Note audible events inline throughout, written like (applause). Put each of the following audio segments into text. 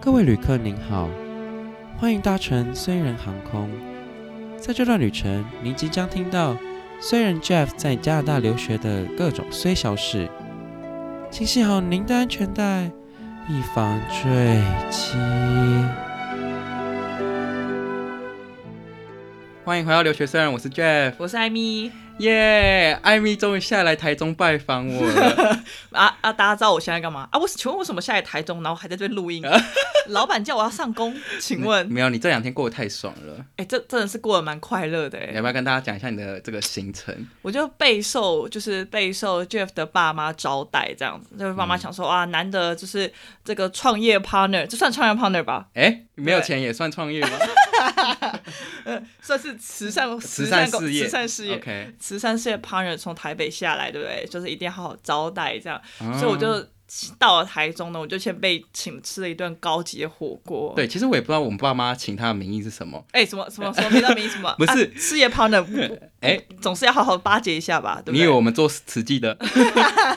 各位旅客您好，欢迎搭乘虽然航空。在这段旅程，您即将听到虽然 Jeff 在加拿大留学的各种虽小事，请系好您的安全带，以防坠机。欢迎回到留学生，我是 Jeff，我是艾米耶！艾米终于下来台中拜访我了，啊啊！大家知道我现在干嘛啊？我请问为什么下来台中，然后还在这边 (laughs) 录音？老板叫我要上工，请 (laughs) 问，没有，你这两天过得太爽了，哎、这真的是过得蛮快乐的哎要！不要跟大家讲一下你的这个行程？我就备受就是备受 Jeff 的爸妈招待，这样子，就是爸妈想说、啊，难得就是这个创业 partner，这算创业 partner 吧？哎，没有钱也算创业 (laughs) 吗？算是慈善慈善善公事业，嗯慈善事业 OK，慈善事业 partner 从台北下来，对不对？就是一定要好好招待这样，所所以我就。到了台中呢，我就先被请吃了一顿高级的火锅。对，其实我也不知道我们爸妈请他的名义是什么。哎、什么什么什么没到名 (laughs) 什么？不是啊、事 (laughs) 业 partner，哎，总是要好好巴结一下吧，对不你以为对？我们做慈济的？ (laughs)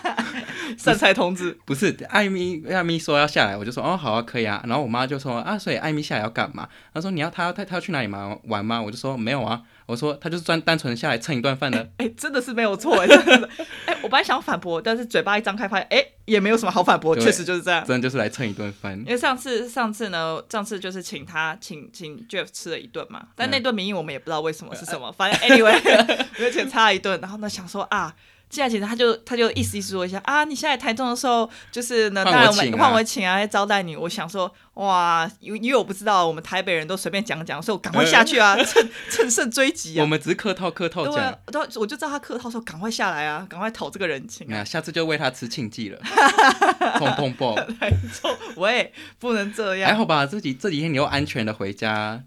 善财童子，不是，艾米，艾米说要下来，我就说哦，好啊，可以啊。然后我妈就说啊，所以艾米下来要干嘛？她说你要她她她要去哪里玩玩吗？我就说没有啊，我说她就是专单纯下来蹭一顿饭 (laughs) 的。哎、真的是没有错，哎，真的是哎、我本来想反驳，但是嘴巴一张开，发现哎、也没有什么好反驳，对确实就是这样。真的就是来蹭一顿饭因。为上次上次呢，上次就是请他请请 Jeff 吃了一顿嘛，但嗯那顿名义我们也不知道为什么是呃什么，反正 anyway (laughs) 没有请他一顿，然后呢想说啊。既然请他就他就意思意思说一下啊，你现在台中的时候，就是呢，换当我然我请们啊换我请啊，来招待你。我想说，哇，因为因为我不知道，我们台北人都随便讲讲，所以我赶快下去啊，趁趁胜追击呃我啊。们只是客套客套对啊讲，，我都我就知道他客套说赶快下来啊，赶快讨这个人情啊那。下次就喂他吃庆忌 (laughs) 了，砰砰砰！台中，喂，不能这样啊还。好吧，这几这几天你又安全的回家啊、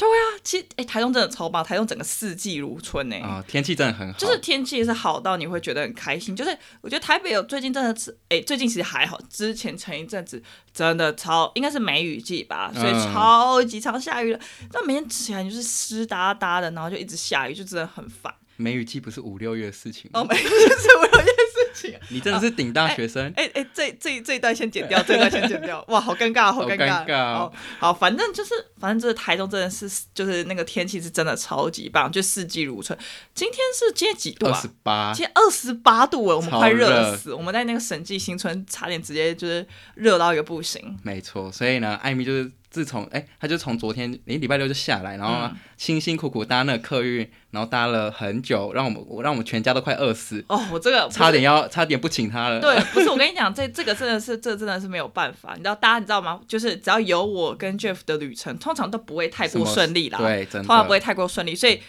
其实，哎、台中真的超棒，台中整个四季如春欸呢、哦天气真的很好，就是天气是好到你会觉得很开心，就是我觉得台北有最近真的是，哎、最近其实还好，之前前一阵子真的超应该是梅雨季吧，所以嗯超级常下雨了。那、每天起来你就是湿哒哒的，然后就一直下雨，就真的很烦。梅雨季不是五六月的事情吗哦，没，就是我有一件事情，你真的是顶大学生，哎、哎、这这这一段先剪掉，这一段先剪掉，哇，好尴尬，好尴好尴尬哦好好，反正就是，反正就是台中真的是，就是那个天气是真的超级棒，就四季如春。今天是今天几度二啊十？八，今天二十八度哎，我们超快热热死，我们在那个审计新村差点直接就是热到一个不行。没错。所以呢，艾米就是自从哎、她就从昨天诶礼拜六就下来，然嗯后啊辛辛苦苦搭那个客运，然后搭了很久，让我们我让我们全家都快饿死，哦，我这个不是差点要差点不请她了。对，不是我跟你讲，这这个真的是，这真的是没有办法。你知道，大家你知道吗？就是只要有我跟 Jeff 的旅程，通常都不会太什过么顺利啦，对，真的通常不会太过顺利，所以。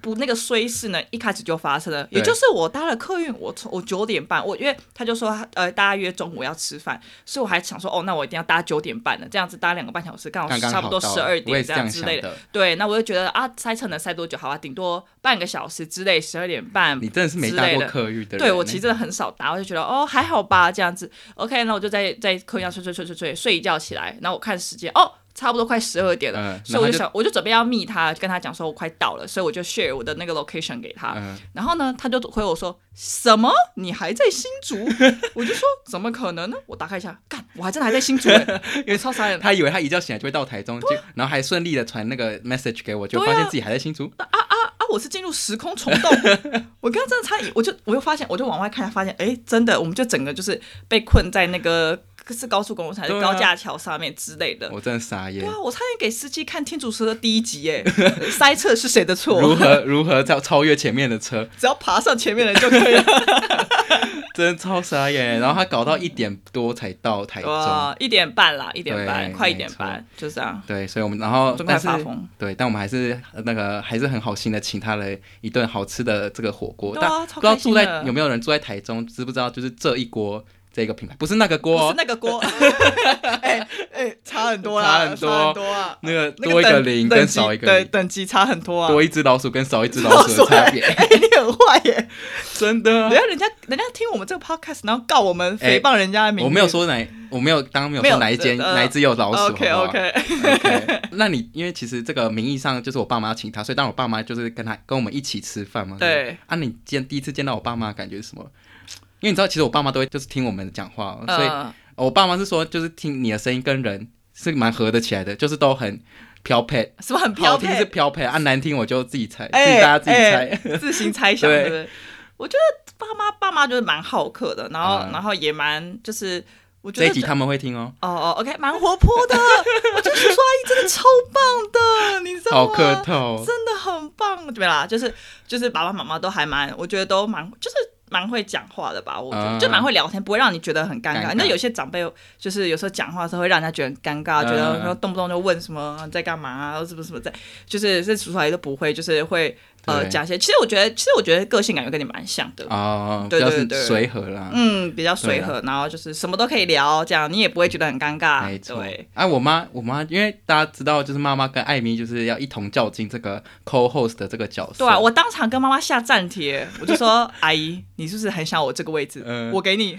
不，那个衰事呢，一开始就发生了。对也就是我搭了客运，我从我九点半，我因为他就说，呃，大家约中午要吃饭，所以我还想说，哦，那我一定要搭九点半的，这样子搭两个半小时，刚好刚刚差不多好到十二我也是点这这样之类的。想的。对，那我就觉得啊，塞车能塞多久？好啊，顶多半个小时之类，十二点半你真的是没之搭类过的客运的人呢，对我其实真的很少打，我就觉得哦还好吧这样子。OK，那我就在在客厅上睡睡睡睡睡睡一觉起来，然后我看时间哦，差不多快十二点了，嗯所以然后我就就想我就准备要密他，跟他讲说我快到了，所以我就 share 我的那个 location 给他。嗯，然后呢，他就回我说什么你还在新竹？ (laughs) 我就说怎么可能呢？我打开一下，干，我还真的还在新 (laughs) 竹、欸，我超傻眼的。他以为他一觉醒来就会到台中，就然后还顺利的传那个 message 给我，就啊对发啊现自己还在新竹。啊，我是进入时空虫 (laughs) 洞，我跟他真的差异，我就我就发现，我就往外看，发现哎、诶真的，我们就整个就是被困在那个是高速公路上还对是啊高架桥上面之类的。我真的傻眼对，啊，我差点给司机看《天竺蛇》的第一集 (laughs) 耶，塞车是谁的如错？何如何超超越前面的车， (laughs) 只要爬上前面的人就 (laughs) 可以了。真的超傻眼。然后他搞到一点多才到台中，哇，一点半啦，一点对半，快一点没错半，就这样。对，所以我们然后我真但快是发疯对，但我们还是呃那个还是很好心的请他来一顿好吃的这个火锅。对但不啊超知道开住心在的有没有人住在台中，知不知道就是这一锅这个品牌，不是那个锅不哦是，那 (laughs) 个锅，哎哎，差很多差啦，很多多啊。那个那多一个等零等跟级少一个对，零，等级差很多啊。多一只老鼠跟少一只 (laughs) 老鼠的差别， (laughs) 哎，你很坏耶。真的啊人。家人家人家听我们这个 podcast，然后告我们诽谤人家的哎名、我没有。说哪，我没有当然没有没说有哪一间呃哪一只有老鼠。 OK 好不好 OK， OK，那你因为其实这个名义上就是我爸妈请他，所以当然我爸妈就是跟他跟我们一起吃饭嘛。不对。啊，你见第一次见到我爸妈感觉是什么？因 (laughs) 为你知道，其实我爸妈都会就是听我们讲话哦，所以、呃我爸妈是说就是听你的声音跟人是蛮合得起来的，就是都很飘配，什么很好飘听是配，飘配啊，难听我就自己猜，哎自己大家自己哎猜。自行猜想，对对不对？我觉得爸妈爸妈就是蛮好客的，然后、嗯然后也蛮就是，我觉这得一集他们会听哦，哦哦，OK，蛮活泼的， (laughs) 我就说阿姨真的超棒的，你知道好吗？客套，哦真的很棒，对啦，就是就是爸爸妈妈都还蛮，我觉得都蛮就是蛮会讲话的吧，我觉得、嗯就蛮会聊天，不会让你觉得很尴尴尬尬。那有些长辈就是有时候讲话的时候会让人家觉得很尴尬，嗯觉得说动不动就问什么你在干嘛啊，什么什么在，就是这叔叔阿姨都不会，就是会呃对讲一些。其实我觉得，其实我觉得个性感觉跟你蛮像的。哦，比对较对是对随和啦。嗯，比较随和，然后就是什么都可以聊，这样你也不会觉得很尴尬。啊没错啊对，，哎、我妈，我妈，因为大家知道，就是妈妈跟艾米就是要一同较劲这个 co-host 的这个角色。对啊，我当场跟妈妈下战帖，我就说：“ (laughs) 阿姨，你是不是很想我这个位置？嗯我给你。”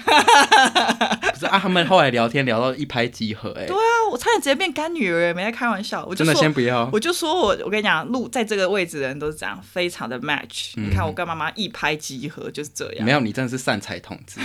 可是啊，他们后来聊天聊到一拍即合、哎，对啊，我差点直接变干女儿，没在开玩笑。我就真的说，先不要，我就说我我跟你讲，录在这个位置的人都是这样，非常的 match、嗯你看我跟妈妈一拍即合，就是这样。没有，你真的是善财童子。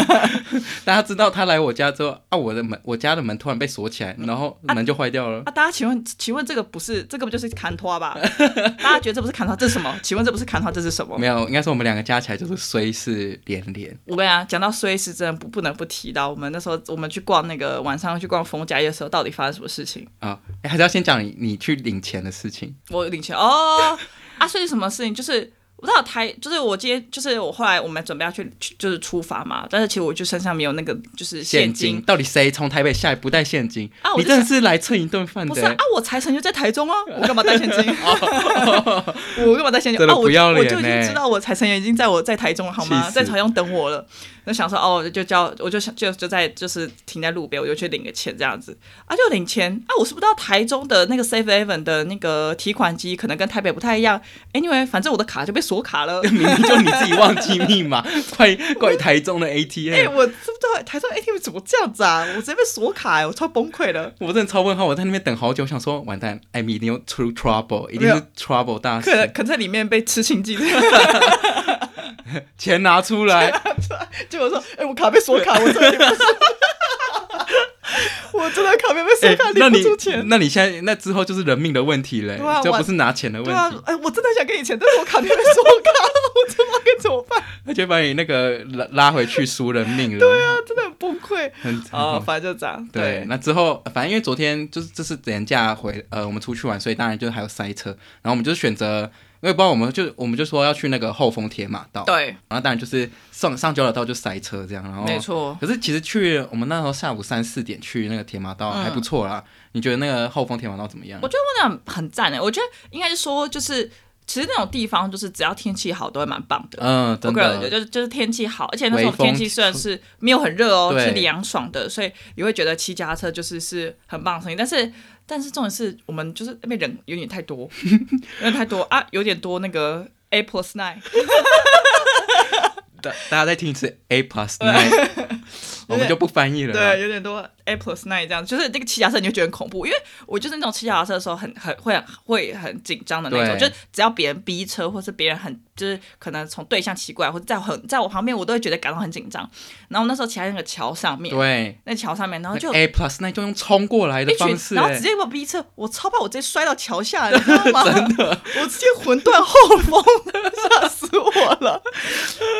(laughs) 大家知道他来我家之后啊，我的门，我家的门突然被锁起来，然后门就坏掉了。啊，大家请问，请问这个不是这个不就是砍拖吧？ (laughs) 大家觉得这不是砍拖，这是什么？请问这不是砍拖，这是什么？没有，应该是我们两个加起来就是虽是连连。我跟你讲，讲到衰是真的不不能不提到我们那时候我们去逛那个晚上去逛冯家夜的时候，到底发生什么事情？啊、哎还是要先讲你你去领钱的事情。我领钱哦。啊，所以什么事情？就是我知道台，就是我今天，就是我后来我们准备要去，去就是出发嘛。但是其实我就身上没有那个就是现金，到底谁从台北下来不带现金？啊我你就真的是来蹭一顿饭不的、欸是啊，啊我财神就在台中啊，我干嘛带 (laughs) 现金？ (laughs) 我干嘛带现金？哦真的啊，我不要脸我就已经欸知道我财神爷已经在我在台中了，好气吗？死在台中等我了。 (laughs) 那想说哦，就叫我就想就就在就是停在路边，我就去领个钱这样子。啊，就领钱啊，我是不知道台中的那个 Safe Haven 的那个提款机可能跟台北不太一样。Anyway，反正我的卡就被锁 (laughs) 卡了。明明就你自己忘记密码，怪怪台中的哎、 ATM。我知不知道台上 ATM 怎么这样子啊？我直接被锁卡、哎我超崩溃了。我真的超问号，我在那边等好久，想说完蛋，艾米一定有 true trouble，一定没啊是有 trouble 大可能事，可能在里面被痴情记，钱拿出来，结果说，哎、我卡被锁卡，我真的领不出， (laughs) 我真的卡被被锁哎卡，那领你不出钱。那你现在那之后就是人命的问题嘞对啊，就我不是拿钱的对问啊题，，哎、我真的很想给你钱，但是我卡被被锁卡，我他妈该怎么办？ (laughs) 他就把你那个拉拉回去赎人命了。对啊，真的很 (laughs) 崩溃。很哦，反正就这样。对，那之后反正因为昨天就是这是年假回呃我们出去玩，所以当然就是还有塞车，然后我们就选择，因为不知道我们就我们就说要去那个后丰铁马道，对，然后当然就是上上交流道就塞车这样，然后没错。可是其实去我们那时候下午三四点去那个铁马道嗯还不错啦，你觉得那个后丰铁马道怎么样我？觉得温暖很赞诶，欸我觉得应该是说，就是其实那种地方，就是只要天气好，都会蛮棒的。嗯，我真个人觉的，得就是就是天气好，而且那时候微风天气虽然是没有很热哦，对是凉爽的，所以你会觉得骑脚踏车就是是很棒的声音。但是但是重点是我们就是那边人有点 (laughs) 太多，有点太多啊，有点多那个 A plus nine，大大家再听一次 A plus (laughs) nine，我们就不翻译了啦。对，有点多 A plus nine 这样，就是那个骑脚踏车你就觉得很恐怖，因为我就是那种骑脚踏车的时候很很会会很紧张的那种，就对是只要别人逼车，或是别人很就是可能从对向骑过来，或者在我很在我旁边，我都会觉得感到很紧张。然后那时候骑在那个桥上面，对，那桥上面，然后就那 A plus 那就用冲过来的一方群，式、然后欸直，接把我逼车，我超怕我直接摔到桥下，你知道 (laughs) 吗？真的， (laughs) 我直接魂断后风，吓死我了，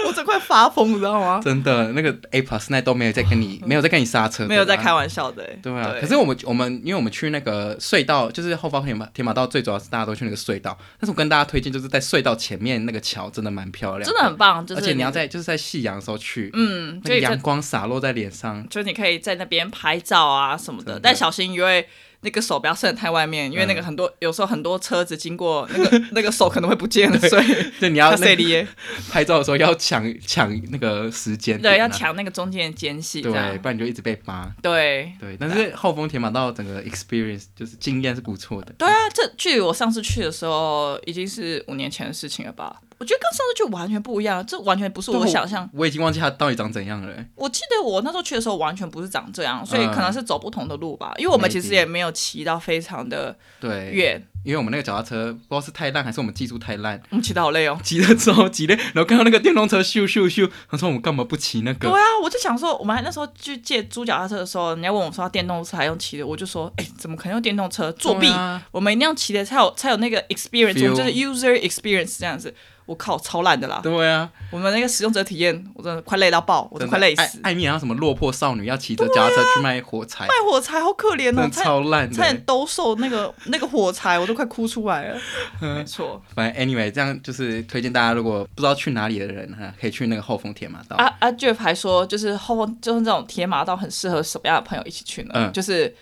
我整快发疯，你知道吗？哎真的那个 A plus 那都没有在跟 (laughs) 你没有在跟你刹车，没有对在吧啊开。玩笑的、欸，对啊，对可是我们我们因为我们去那个隧道，就是后方铁马铁马道，最主要是大家都去那个隧道。但是我跟大家推荐，就是在隧道前面那个桥真的蛮漂亮，真的很棒，就是而且你要在就是在夕阳的时候去，嗯，那个就是阳在光洒落在脸上，就是你可以在那边拍照啊什么真的的，但小心因为。那个手不要伸得太外面，因为那个嗯很多、有时候很多车子经过，那个那个手可能会不见了，所以就你要要塞那个里耶，拍照的时候要抢抢那个时间点啊，对，要抢那个中间的间隙，这对，样不然你就一直被扒。对，对，但是后丰铁马道整个 experience 就是经验是不错的，对啊，这距我上次去的时候已经是五年前的事情了吧？我觉得跟上次去完全不一样，这完全不是我想象。我已经忘记它到底长怎样了、欸我记得我那时候去的时候完全不是嗯长这样，所以可能是走不同的路吧。因为我们其实 Maybe 也没有骑到非常的对，远，因为我们那个脚踏车不知道是太烂还是我们技术太烂，我们骑得好累 (laughs) 哦。骑了之后骑累，然后看到那个电动车咻咻咻，他说我们干嘛不骑那对个？啊，我就想说，我们还那时候去借租脚踏车的时候，人家问我说要电动车还用骑的，我就说，哎、怎么可能用电动车？作弊！对啊我们一定要骑的才有才有那个 experience， Feel 我们就是 user experience 这样子。我靠，超烂的啦！对啊，我们那个使用者体验，我真的快累到爆，我都真的哎快累艾死。啊艾米，然后什么落魄少女要骑着脚踏车去卖火柴，卖火柴好可怜真哦的，差超烂差点的。兜售那个那个火柴，我都快哭出来了。没错反正 anyway，这样就是推荐大家，如果不知道去哪里的人哈，可以去那个后丰铁马道。啊啊！Jeff 还说，就是后就是这种铁马道很适合什么样的朋友一起去呢？嗯就是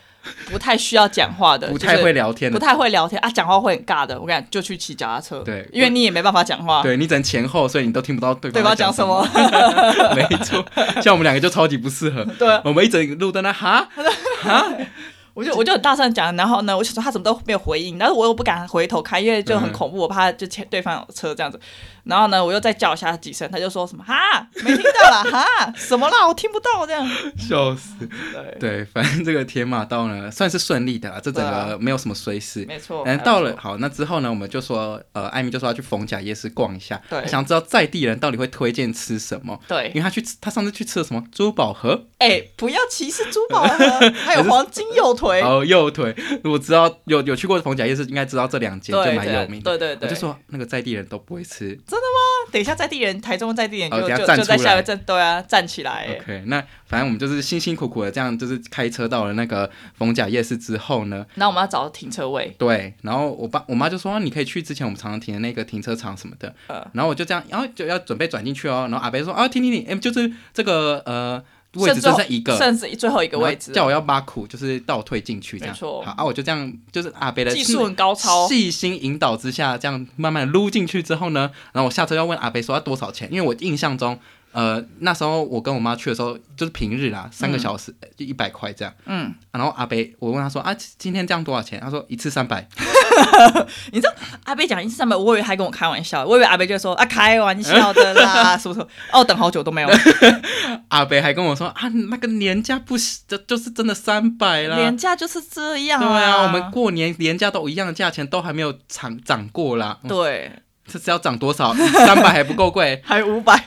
不太需要讲话的， (laughs) 不太就是会聊天不的，太会聊天啊，讲话会很尬的。我跟你讲，就去骑脚踏车，对因为你也没办法讲话，对你只能前后，所以你都听不到对对在方讲什什么。 (laughs) 么。 (laughs) 没错，像我们两个就超级不适合。对啊，我们一整路在那哈，我就我就很大声讲，然后呢，我想说他怎么都没有回应，但是我又不敢回头看，因为嗯就很恐怖，我怕就前对方有车这样子。然后呢，我又再叫一下他几声，他就说什么哈，没听到啦，哈，什么啦，我听不到这样。笑死。对，对，反正这个铁马道呢，算是顺利的啦，这整对啊个没有什么衰事。没错。嗯，到还了不错，好，那之后呢，我们就说，呃，艾米就说要去逢甲夜市逛一下，对想知道在地人到底会推荐吃什么，因对，为他去吃，他上次去吃了什么珠宝盒，哎，不要歧视珠宝盒，还有黄金右腿然，后哦右腿，我知道有有去过逢甲夜市，应该知道这两间就对蛮有名对的。对对我对。就说那个在地人都不会吃。等一下在地人，台中在地人哦等就一下就站就在出下来一站，对啊，站起来。哎 OK，那反正我们就是辛辛苦苦的这样，就是开车到了那个逢甲夜市之后呢，那我们要找停车位，对，然后我爸我妈就说、啊你可以去之前我们常常停的那个停车场什么的，呃然后我就这样，然后就要准备转进去哦，然后阿伯就说啊停停停，哎、就是这个呃位置剩只最后剩一个。甚至最后一个位置然后，叫我要巴苦，就是倒退进去这样。没错好啊，我就这样，就是阿伯的技术很高超。细心引导之下，这样慢慢撸进去之后呢，然后我下车要问阿北说要多少钱，因为我印象中，呃，那时候我跟我妈去的时候就是平日啦，三个小时、呃就一百块这样。嗯，然后阿北，我问他说啊，今天这样多少钱？他说一次三百。阿贝讲一次三百，我以为他跟我开玩笑，我以为阿贝就会说啊开玩笑 (laughs) 的啦，什么什么，哦等好久都没有，阿北还跟我说啊，那个年假不是，这就是真的三百啦廉。价就是这样对啊，我们们过年年假都一样的价钱，都还没有涨涨过啦。嗯对这是要涨多少？三百还不够贵， (laughs) 还五百，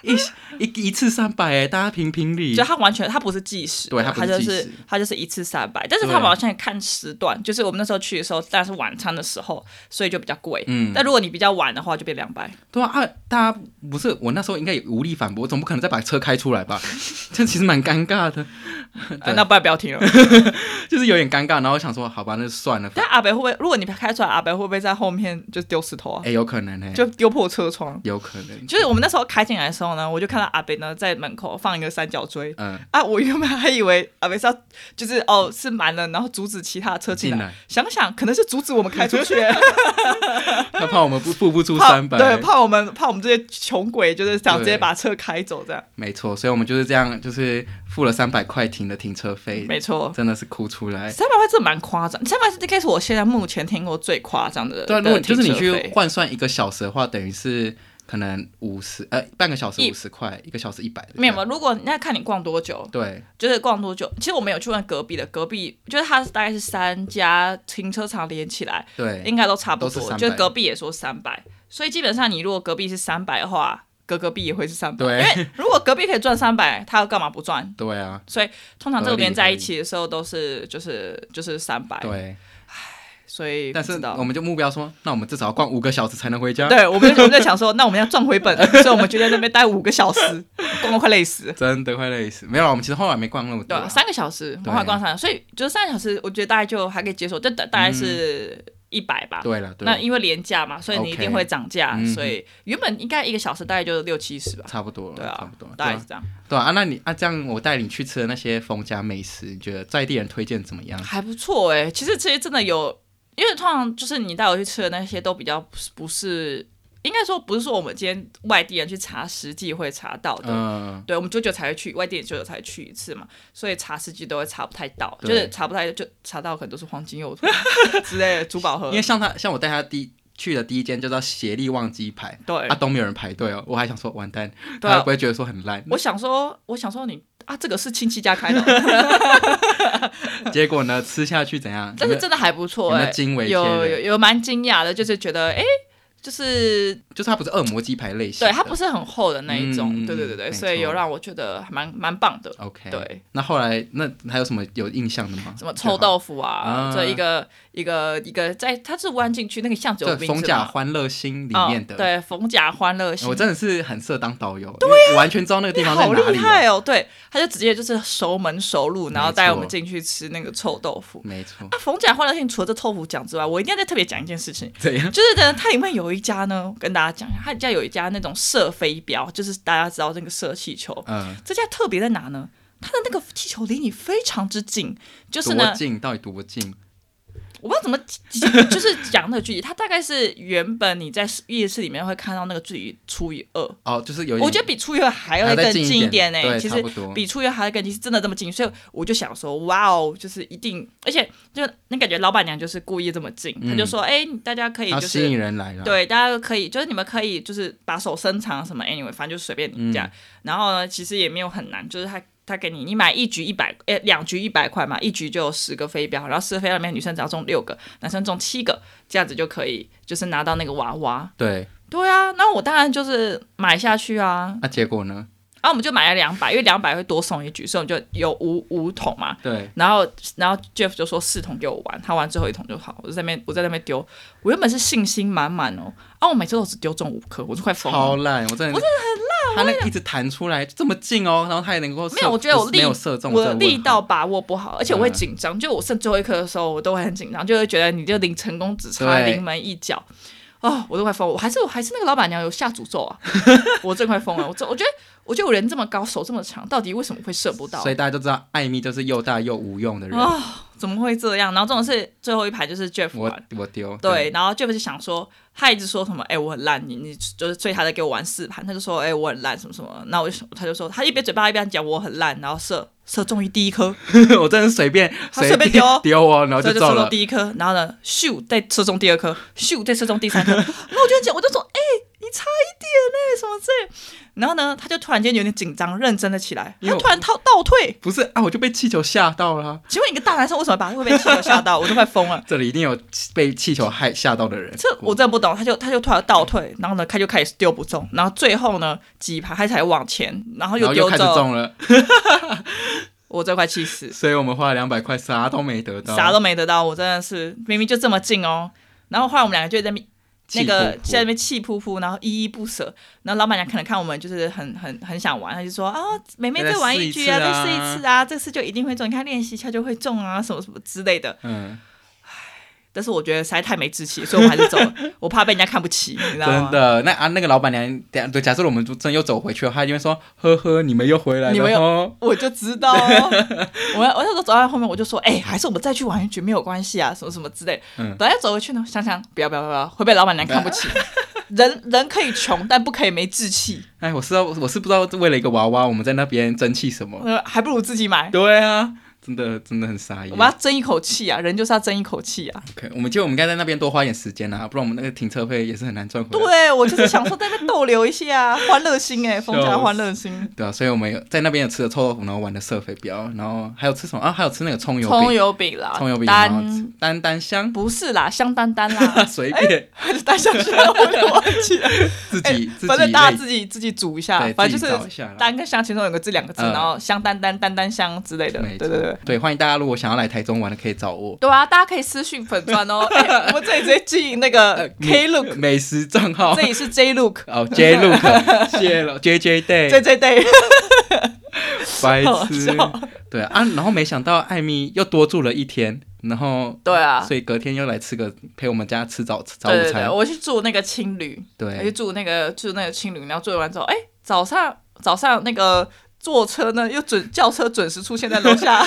一一一次三百哎，大家评评理。就他完全他不是计时的，对他他不是就计是时他就是一次三百，但是他对们好像也看时段，就是我们那时候去的时候，但是晚餐的时候，所以就比较贵。嗯但如果你比较晚的话，就变两百。对啊，啊，大家不是我那时候应该也无力反驳，总不可能再把车开出来吧？ (laughs) 这其实蛮尴尬的，啊那不然不要听了。就是有点尴尬。然后我想说，好吧，那就算 (laughs) 了。但阿北会不会？如果你开出来，阿北会不会在后面就丢石头啊？ (laughs) 哎、嗯有可能呢、就丢破车窗？有可能，就是我们那时候开进来的时候呢，我就看到阿北呢在门口放一个三角锥嗯，啊，我原本还以为阿北是要就是哦是满了，然后阻止其他的车进进来。来，想想可能是阻止我们开出去，他怕我们不付不 (laughs) 出 (laughs) 怕三百，对怕我们怕我们这些穷鬼就是想直接对把车开走这样。没错，所以我们就是这样，就是付了三百块停的停车费，没错，真的是哭出来。三百块真的蛮夸张，三百块应该是我现在目前听过最夸张的。对啊，如果就是你呃的停车去费换算一个小时的话，等于是可能五十呃半个小时一五十块，一个小时一百，没有没有，如果那看你逛多久，对，就是逛多久？其实我们有去问隔壁的，隔壁就是它大概是三家停车场连起来，对应该都差不都是多。 300就是隔壁也说三百，所以基本上你如果隔壁是三百的话，隔隔壁也会是三百。对因为如果隔壁可以赚三百，他要干嘛不赚？对啊，所以通常这合种理连在一起的时候都是就是就是三百，对。所以但不是知道我们就目标说，那我们至少要逛五个小时才能回家。，对我们就我们在想说，那我们要赚 (laughs) 回本，所以我们就在那边待五个小时， (laughs) 逛到快累死。真的快累死。没有啦，我们其实后来没逛那么多对、啊，啦。三个小时，对文化广场，所以就是三个小时，我觉得大概就还可以接受，就大大概是嗯一百吧。对了，对那啦，因为廉价嘛，所以你 OK 一定会涨价嗯所以原本应该一个小时大概就六七十吧。差不多了，对差啊不多，，对大概是啊这样，对啊。啊那你啊，这样我带你去吃的那些冯家美食，你觉得在地人推荐怎么样？还不错哎、其实这些真的有，因为通常就是你带我去吃的那些都比较不是不是，应该说不是说我们今天外地人去查实际会查到的。嗯，对，我们久久才会去，外地人久久才去一次嘛，所以查实际都会查不太到，就对是查不太就查到可能都是黄金右腿 (laughs) 之类的珠宝盒 (laughs) 因。为像他，像我带他第去的第一间就叫协力旺鸡排，对啊，都没有人排队哦。我还想说，完蛋，哎对啊他会不会觉得说很烂？我想说，我想说你啊，这个是亲戚家开的哦， (laughs) 结果呢，吃下去怎样？但是有没有真的还不错有没哎、有惊为天有人有有蛮惊讶的，就是觉得哎、就是就是它不是恶魔鸡排类型对的，它不是很厚的那一种，嗯对对对没对，错哎所以有让我觉得还蛮蛮棒的。 OK。对，那后来那还有什么有印象的吗？什么臭豆腐啊啊，这一个一个一个在它是湾进去那个巷子对有吧，名对字冯甲吗欢乐星里哦面的，哎对逢甲欢乐星我，真的是很适合当导游，因为我完全知道那个地你方在好哪厉里害了。哦！对，他就直接就是熟门熟路，然后没带我错们进去吃那个臭豆腐。哦没错，啊，逢甲欢乐星除了这臭豆腐讲之外，我一定要再特别讲一件事情，怎样？就是呢，它里面有一家呢，我跟大家讲一下，它家有一家那种射飞镖，就是大家知道那个射气球，嗯，这家特别在哪呢？它的那个气球离你非常之近，就是多呢，近？到底多近？我不知道怎么就是讲那个距离，它大概是原本你在夜市里面会看到那个距离除以二，哦，就是有一点，我觉得比初月还要还更再近一点呢、对，其差实不多比初月还要更近，是真的这么近，所以我就想说，哇哦，就是一定，而且就那感觉老板娘就是故意这么近，她就嗯说，哎、大家可以要就是吸引人来了。，对，大家都可以，就是你们可以就是把手伸长什么，anyway，反正就随便嗯你这样。然后呢，其实也没有很难，就是他他给你，你买一局一百，诶，两局一百块嘛，一局就有十个飞镖，然后十个飞镖里面女生只要中六个，男生中七个，这样子就可以就是拿到那个娃娃。对，对啊，那我当然就是买下去啊，那结果呢？然后我们就买了两百，因为两百会多送一局，所以我们就有五五桶嘛。对，然后，然后 Jeff 就说四桶给我玩，他玩最后一桶就好。我就在那边，我在那边丢。我原本是信心满满哦，啊，我每次都只丢中五颗，我就快疯超了。烂，我真的，我真的很烂。他那个一直弹出来，这么近哦，然后他也能够射没有我觉得不我是力没有射中，我真的的力问道号把握不好，而且我会紧张。就我剩最后一颗的时候，我都会很紧张，就会觉得你就离成功只差对临门一脚。哦，我都快疯了！我还是我还是那个老板娘有下诅咒 (laughs) 啊！我真快疯了！我这我觉得我觉得我人这么高，手这么长，到底为什么会射不到所？以大家就知道艾米就是又大又无用的人。哦，怎么会这样？然后这种是最后一排就是 Jeff 玩我，我丢，对，，然后 Jeff 就想说，他一直说什么，哎、我很烂，你你就是，所以他在给我玩四盘，他就说，哎、我很烂，什么什么，那我就他就说，他一边嘴巴一边讲我很烂，然后射射中于第一颗， (laughs) 我真的随便他随便丢丢哦，然后所以就中射中了。第一颗，然后呢，咻，再射中第二颗，咻，再射中第三颗， (laughs) 那我就很讲，我就说，哎、你差一点呢、什么这，然后呢，他就突然间有点紧张，认真的起来，因为他我突然倒倒退，不是啊，我就被气球吓到了啊。请问一个大男生为什么把会被气球吓到？我都快疯了。这里一定有被气球害吓到的人。这我真的不懂，他就他就突然倒退，然后呢，他就开始丢不中，然后最后呢几盘他才往前，然后然又后丢又开始中了，我这块气死，所以我们花了两百块，啥都没得到，啥都没得到，我真的是明明就这么近哦，然后后来我们两个就在那边那气个呼呼在那边气扑扑，然后依依不舍，然后老板娘可能看我们就是很很很想玩，她就说啊、妹妹再再玩试一一局次啊，再啊试一次啊，这次就一定会中，你看练习一下就会中啊，什么什么之类的。嗯，但是我觉得实在太没志气，所以我还是走了， (laughs) 我怕被人家看不起，你知道吗真？的。那啊，那个老板娘，假对，假设我们就真又走回去的话，她就会说：“呵呵，你们又回来你了们又哦。我就知道、哦，我我那时候走到后面，我就说，哎、还是我们再去玩一局没有关系啊，什么什么之类。嗯等下走回去呢，想想不要不要不要，会被老板哎哎娘看不起。嗯人人可以穷，但不可以没志气，”哎，我是要我是不知道为了一个娃娃，我们在那边争气什么？呃，还不如自己买。对啊，真的真的很傻眼我。们要争一口气啊，人就是要争一口气啊。 OK，我们就我们应该在那边多花点时间啊，不然我们那个停车费也是很难赚回来。对，我就是想说在那边逗留一下、啊，欢乐心哎、风家欢乐心，对啊，所以我们有在那边有吃的臭豆腐，然后玩的射飞镖，然后还有吃什么啊？还有吃那个葱油葱饼，油饼啦，葱油饼，然后单单单香， (laughs) 不是啦，香丹丹啦， (laughs) 随便还是单香香，我有点忘记了。自 (laughs) 哎己自己反正大家类自己自己煮一下对，反正自己就是找一下啦单跟香其中有个这两个字，啊嗯然后香丹丹丹丹香之类的，没对错对对。对，欢迎大家如果想要来台中玩的可以找我。对啊，大家可以私讯粉钻 (laughs) 哦。哎我们这里直接经营那呃个 K Look，美食账号这里是 J Look，哦 J Look (laughs) 谢了 J J J Day J Day。白好痴笑对啊，然后没想到艾米又多住了一天，然后对啊，所以隔天又来吃个陪我们家吃早早对午对对，餐，我去住那个青旅，我去对住那个住那个青旅，然后住完之后，哎，早上早上那个坐车呢，又准轿车准时出现在 (laughs) 楼下，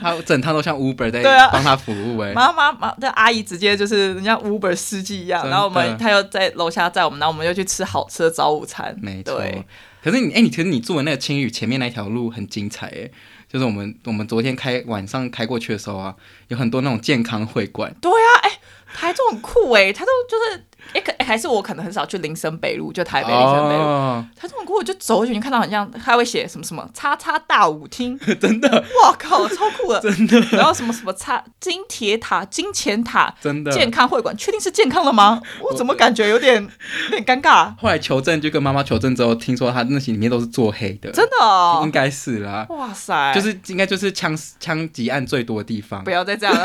他整趟都像 Uber 在对啊帮他服务哎，妈妈妈，这阿姨直接就是人家 Uber 司机一样，真的然后我们她又在楼下载我们，然后我们又去吃好吃的早午餐。没错对，。可是你哎、你其实你住的那个青旅前面那条路很精彩哎，就是我们我们昨天开晚上开过去的时候啊，有很多那种健康会馆，对啊，哎、台中很酷哎、台中就是哎、可、诶还是我可能很少去林森北路，就台北林森北路。哦，台中文国我就走过去，你看到很像，他会写什么什么叉叉大舞厅， (laughs) 真的哇靠，超 (laughs) 酷的，真的。然后什么什么叉金铁塔、金钱塔、真的。健康会馆，确定是健康了吗？我怎么感觉有点有点尴尬？后来求证，就跟妈妈求证之后，听说他那些里面都是做黑的，真的、哦哎应，该是啦，哇塞，嗯就是应该就是枪枪击案最多的地方不，要再这样了，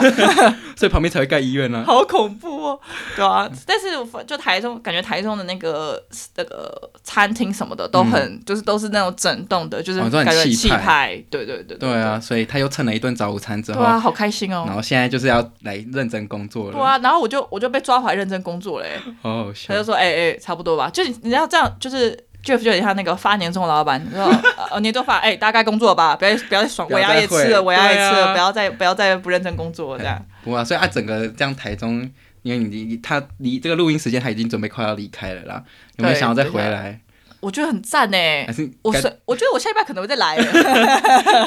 所以旁边才会盖医院啊 (laughs) 啦。好恐怖哦，对啊。嗯但是我就台中，感觉台中的那个那个餐厅什么的都很，就是都是那种整栋的，就是嗯哦感都很觉气气派派，对对对对啊，所以他又蹭了一顿早午餐之对后，啊，好开心然哦。后现在就是要来认真工作对了，啊，然后我就我就被抓回来认真工作嘞、欸好好笑他就。说：“哎、哎、差不多吧。就你你要这样，就是 Jeff 就有点像那个发年终的老板，(laughs) 你说呃年终发哎、大概工作吧，不要不要再爽，不要尾再牙也吃会了，尾牙也吃对了，啊不要再不要再不认真工作了这样。不过啊，所以啊，整个这样台中，因为你你他离这个录音时间他已经准备快要离开了啦，有没有对想要再对回来？我觉得很赞哎、还是我该是我觉得我下礼拜可能会 (laughs) 再来欸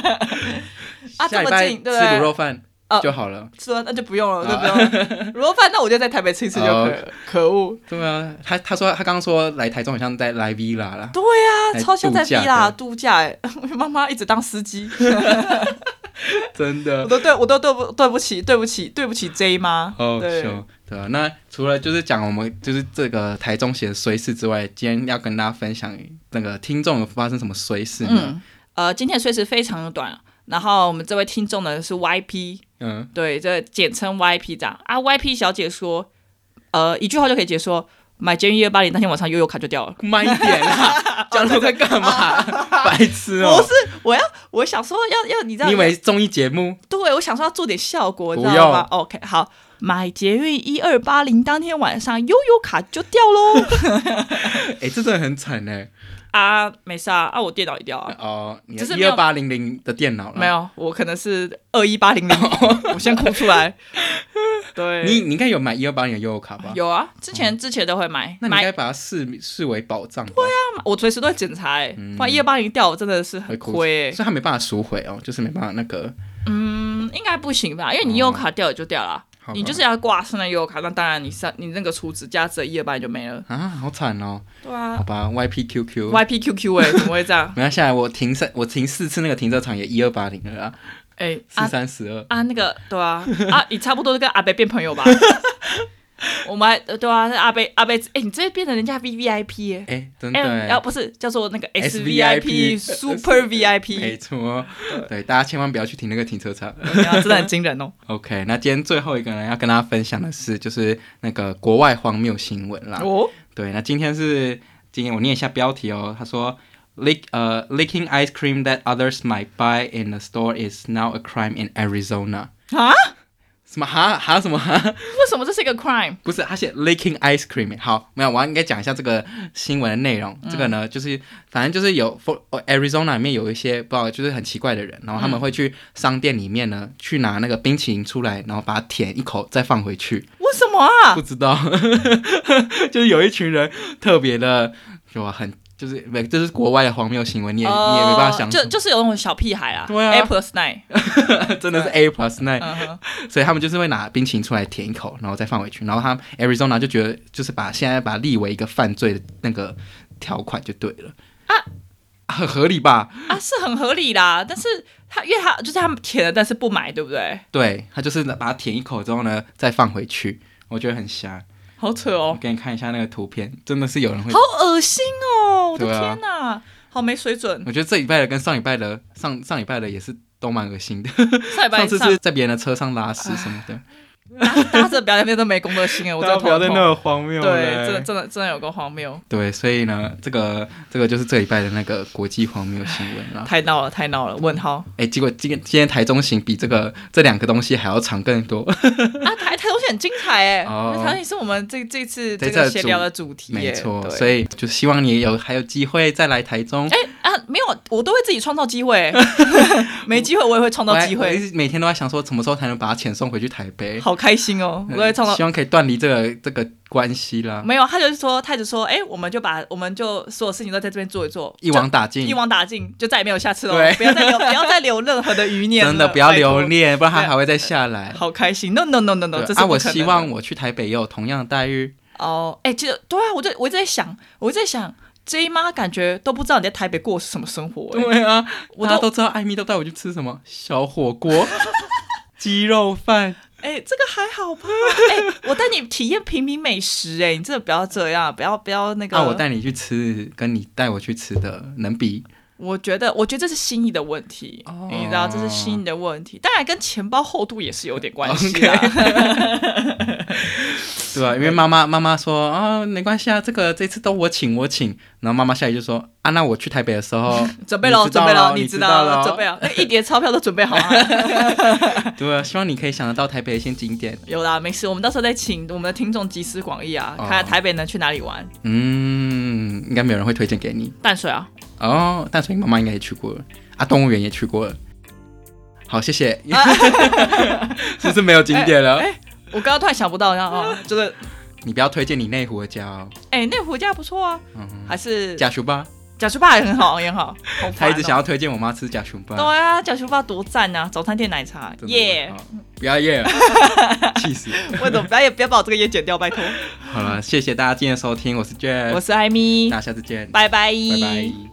下啊，这礼么拜近吃对不对卤？肉啊饭呃就好了。说那就不用了，那不 (laughs) 用了。如果饭那我就在台北吃一次就哦可以了。可恶，对啊，他他说他刚刚说来台中好像在来 villa 啦，对呀、来啊超像在度假 V 啦的度假 (laughs) 哎、妈妈一直当司机，真的我都对我都对不对不起对不起对不起 J 妈，好对笑。对啊，那除了就是讲我们就是这个台中写的衰事之外，今天要跟大家分享那个听众有发生什么衰事呢？嗯，呃，今天的碎时非常的短，然后我们这位听众呢是 YP，嗯，对，这简称 YP 这样啊。YP 小姐说，呃，一句话就可以解说，买监狱二八零那天晚上悠悠卡就掉了。嗯慢一点啦， (laughs) 讲那么快干嘛？白痴哦不！是，我要，我想说要要，你知道，你以为综艺节目？对我想说要做点效果，你知不道要吗？OK，好，买捷运一二八零当天晚上悠悠卡就掉喽哎，这真的很惨哎。 (laughs) 啊，没事啊，啊，我电脑也掉啊，哦，你就是一没二有八零零的电脑啦 (laughs) 没。有，我可能是二一八零零， (laughs) 我先哭出来， (laughs) 对，你你应该有买一二八零的悠游卡吧？有啊，之前之前都会买，那你应买该把它视视为宝藏。对啊，我随时都会检查、欸，不然一二八零掉，我真的是很会哭亏、欸。所以他没办法赎回哦，就是没办法那个。嗯，应该不行吧？因为你悠游卡掉也就掉了，啊好吧你就是要挂圣诞悠游卡，那当然你上你那个储值加值一二八零就没了。啊，好惨哦。对啊好吧，YPQQ。？，YPQQ 哎、 (laughs) 欸，怎么会这样没关系啊，我停三，我停四次那个停车场也一二八零了啊，哎、四啊三十二。啊，那个对啊，啊，你差不多就跟阿北变朋 (laughs) 友吧。我们还对啊，那阿北阿北，哎、你直接变成人家 V V I P 哎、哎，真的欸，欸。啊不是叫做那个 S V I P 哎 SVIP (laughs) Super V I 没 P，错，哦对，大家千万不要去停那个停车场。真的很惊人 (laughs) 哦。 OK，那今天最后一个呢，要跟大家分享的是，就是那个国外荒谬新闻啦。哦，对，那今天是今天我念一下标题哦，他说，lick 呃、licking ice cream that others might buy in the store is now a crime in Arizona。啊，什么哈哈什么哈？为什么这是一个 crime？不是，他写 licking ice cream 欸。好，没有，我要应该讲一下这个新闻的内容。嗯这个呢，就是反正就是有 for- 哦 Arizona 里面有一些不知道就是很奇怪的人，然后他们会去商店里面嗯呢，去拿那个冰淇淋出来，然后把它舔一口再放回去。为什么啊不？知道， (laughs) 就是有一群人特别的，就很就是没，这是国外的荒谬行为，你也、你也没办法想哦就什就是有那种小屁孩啊，对啊 a p p l e s n (laughs) i g h 么，真的是 A plus nine，、嗯哼，所以他们就是会拿冰淇淋出来舔一口，然后再放回去，然后他 Arizona 就觉得就是把现在把它立为一个犯罪的那个条款就对了啊很合理吧？啊，是很合理啦。但是他因为他就是他们舔了，但是不买，对不对？对他就是把它舔一口之后呢，再放回去，我觉得很瞎。好扯我哦，给你看一下那个图片，真的是有人会好恶心哦！我的对啊天哪、好没水准。我觉得这礼拜的跟上礼拜的上上礼拜的也是都蛮恶心的。上礼拜上次上是在别人的车上拉屎什么的，搭搭着表演那都没公德心哎， (sighs) 我真的头表痛。么荒谬对，真的真的真的有个荒谬，对，所以呢，这个这个就是这礼拜的那个国际荒谬新闻啦。太闹了，太闹了。问 (laughs) 号哎，结果今天今天台中行比这个这两个东西还要长更多， (laughs) 啊，台台东西很精彩哎，哦台东西是我们这这次这这次的个主闲聊的主题耶，没错。对所以就希望你有还有机会再来台中。哎、啊，没有，我都会自己创造机 (laughs) 会，没机会我也会创我造还机我会一，直每天都在想说什么时候才能把它遣送回去台北。好开心哦！我嗯都会创嗯造。希望可以断离这个这个关系啦，没有，他就是说，他就说，哎、我们就把我们就所有事情都在这边做一做，一网打尽一。网打尽，就再也没有下次了哦对，不要再留，不要再留任何的余念了，真的不要拜托留，恋，不然它对还会再下来。好开心，no no no no no，对这是啊，不我可能希的望我去台北也有同样的待遇。哦，哎、其实对啊，我就我一直在想，我一直在想，J 妈感觉都不知道你在台北过的是什么生活、哎对 (laughs) 啊，我大家都都知道艾米都带我去吃什么小火锅、 (laughs) 鸡肉饭，哎、这个还好吧？哎、我带你体验平民美食、哎，你真的不要这样，不要不要那个。 (laughs) 啊，我带你去吃，跟你带我去吃的能比？我觉得，我觉得这是心意的问题，哦你知道，这是心意的问题。当然，跟钱包厚度也是有点关系啊 (laughs) 啦。对吧、因为妈妈妈妈说啊，没关系啊，这个这次都我请我请。然后妈妈下一句说啊，那我去台北的时 (laughs) 候 (laughs) 准备喽，你知道准备喽，咯你你知知道道了，咯准备了，那一叠钞票都准备好啊了。对啊，希望你可以想得到台北的一些景点。有啦，没事，我们到时候再请我们的听众集思广益啊，哦看看台北能去哪里玩。嗯，应该没有人会推荐给你淡水啊，哦。淡水你妈妈应该也去过了啊，动物园也去过了。好，谢谢。 (laughs) 是不是没有景点了？哎我刚刚突然想不到，然后 (laughs) 哦就是，你不要推荐你内湖的家哦。哎，那湖家不错啊，嗯，还是假熊吧，假球爸也很好，也 (laughs) 很好。好他烦一直哦想要推荐我妈吃假熊吧。对啊，假球爸多赞啊，早餐店奶茶真的耶我！好不要 (laughs) 耶了，气死！为什么不要也不要把我这个也剪掉，(laughs) 拜托。哎好了，谢谢大家今天的收听，我是 Jeff，我是艾米大，家下次见，拜拜，拜拜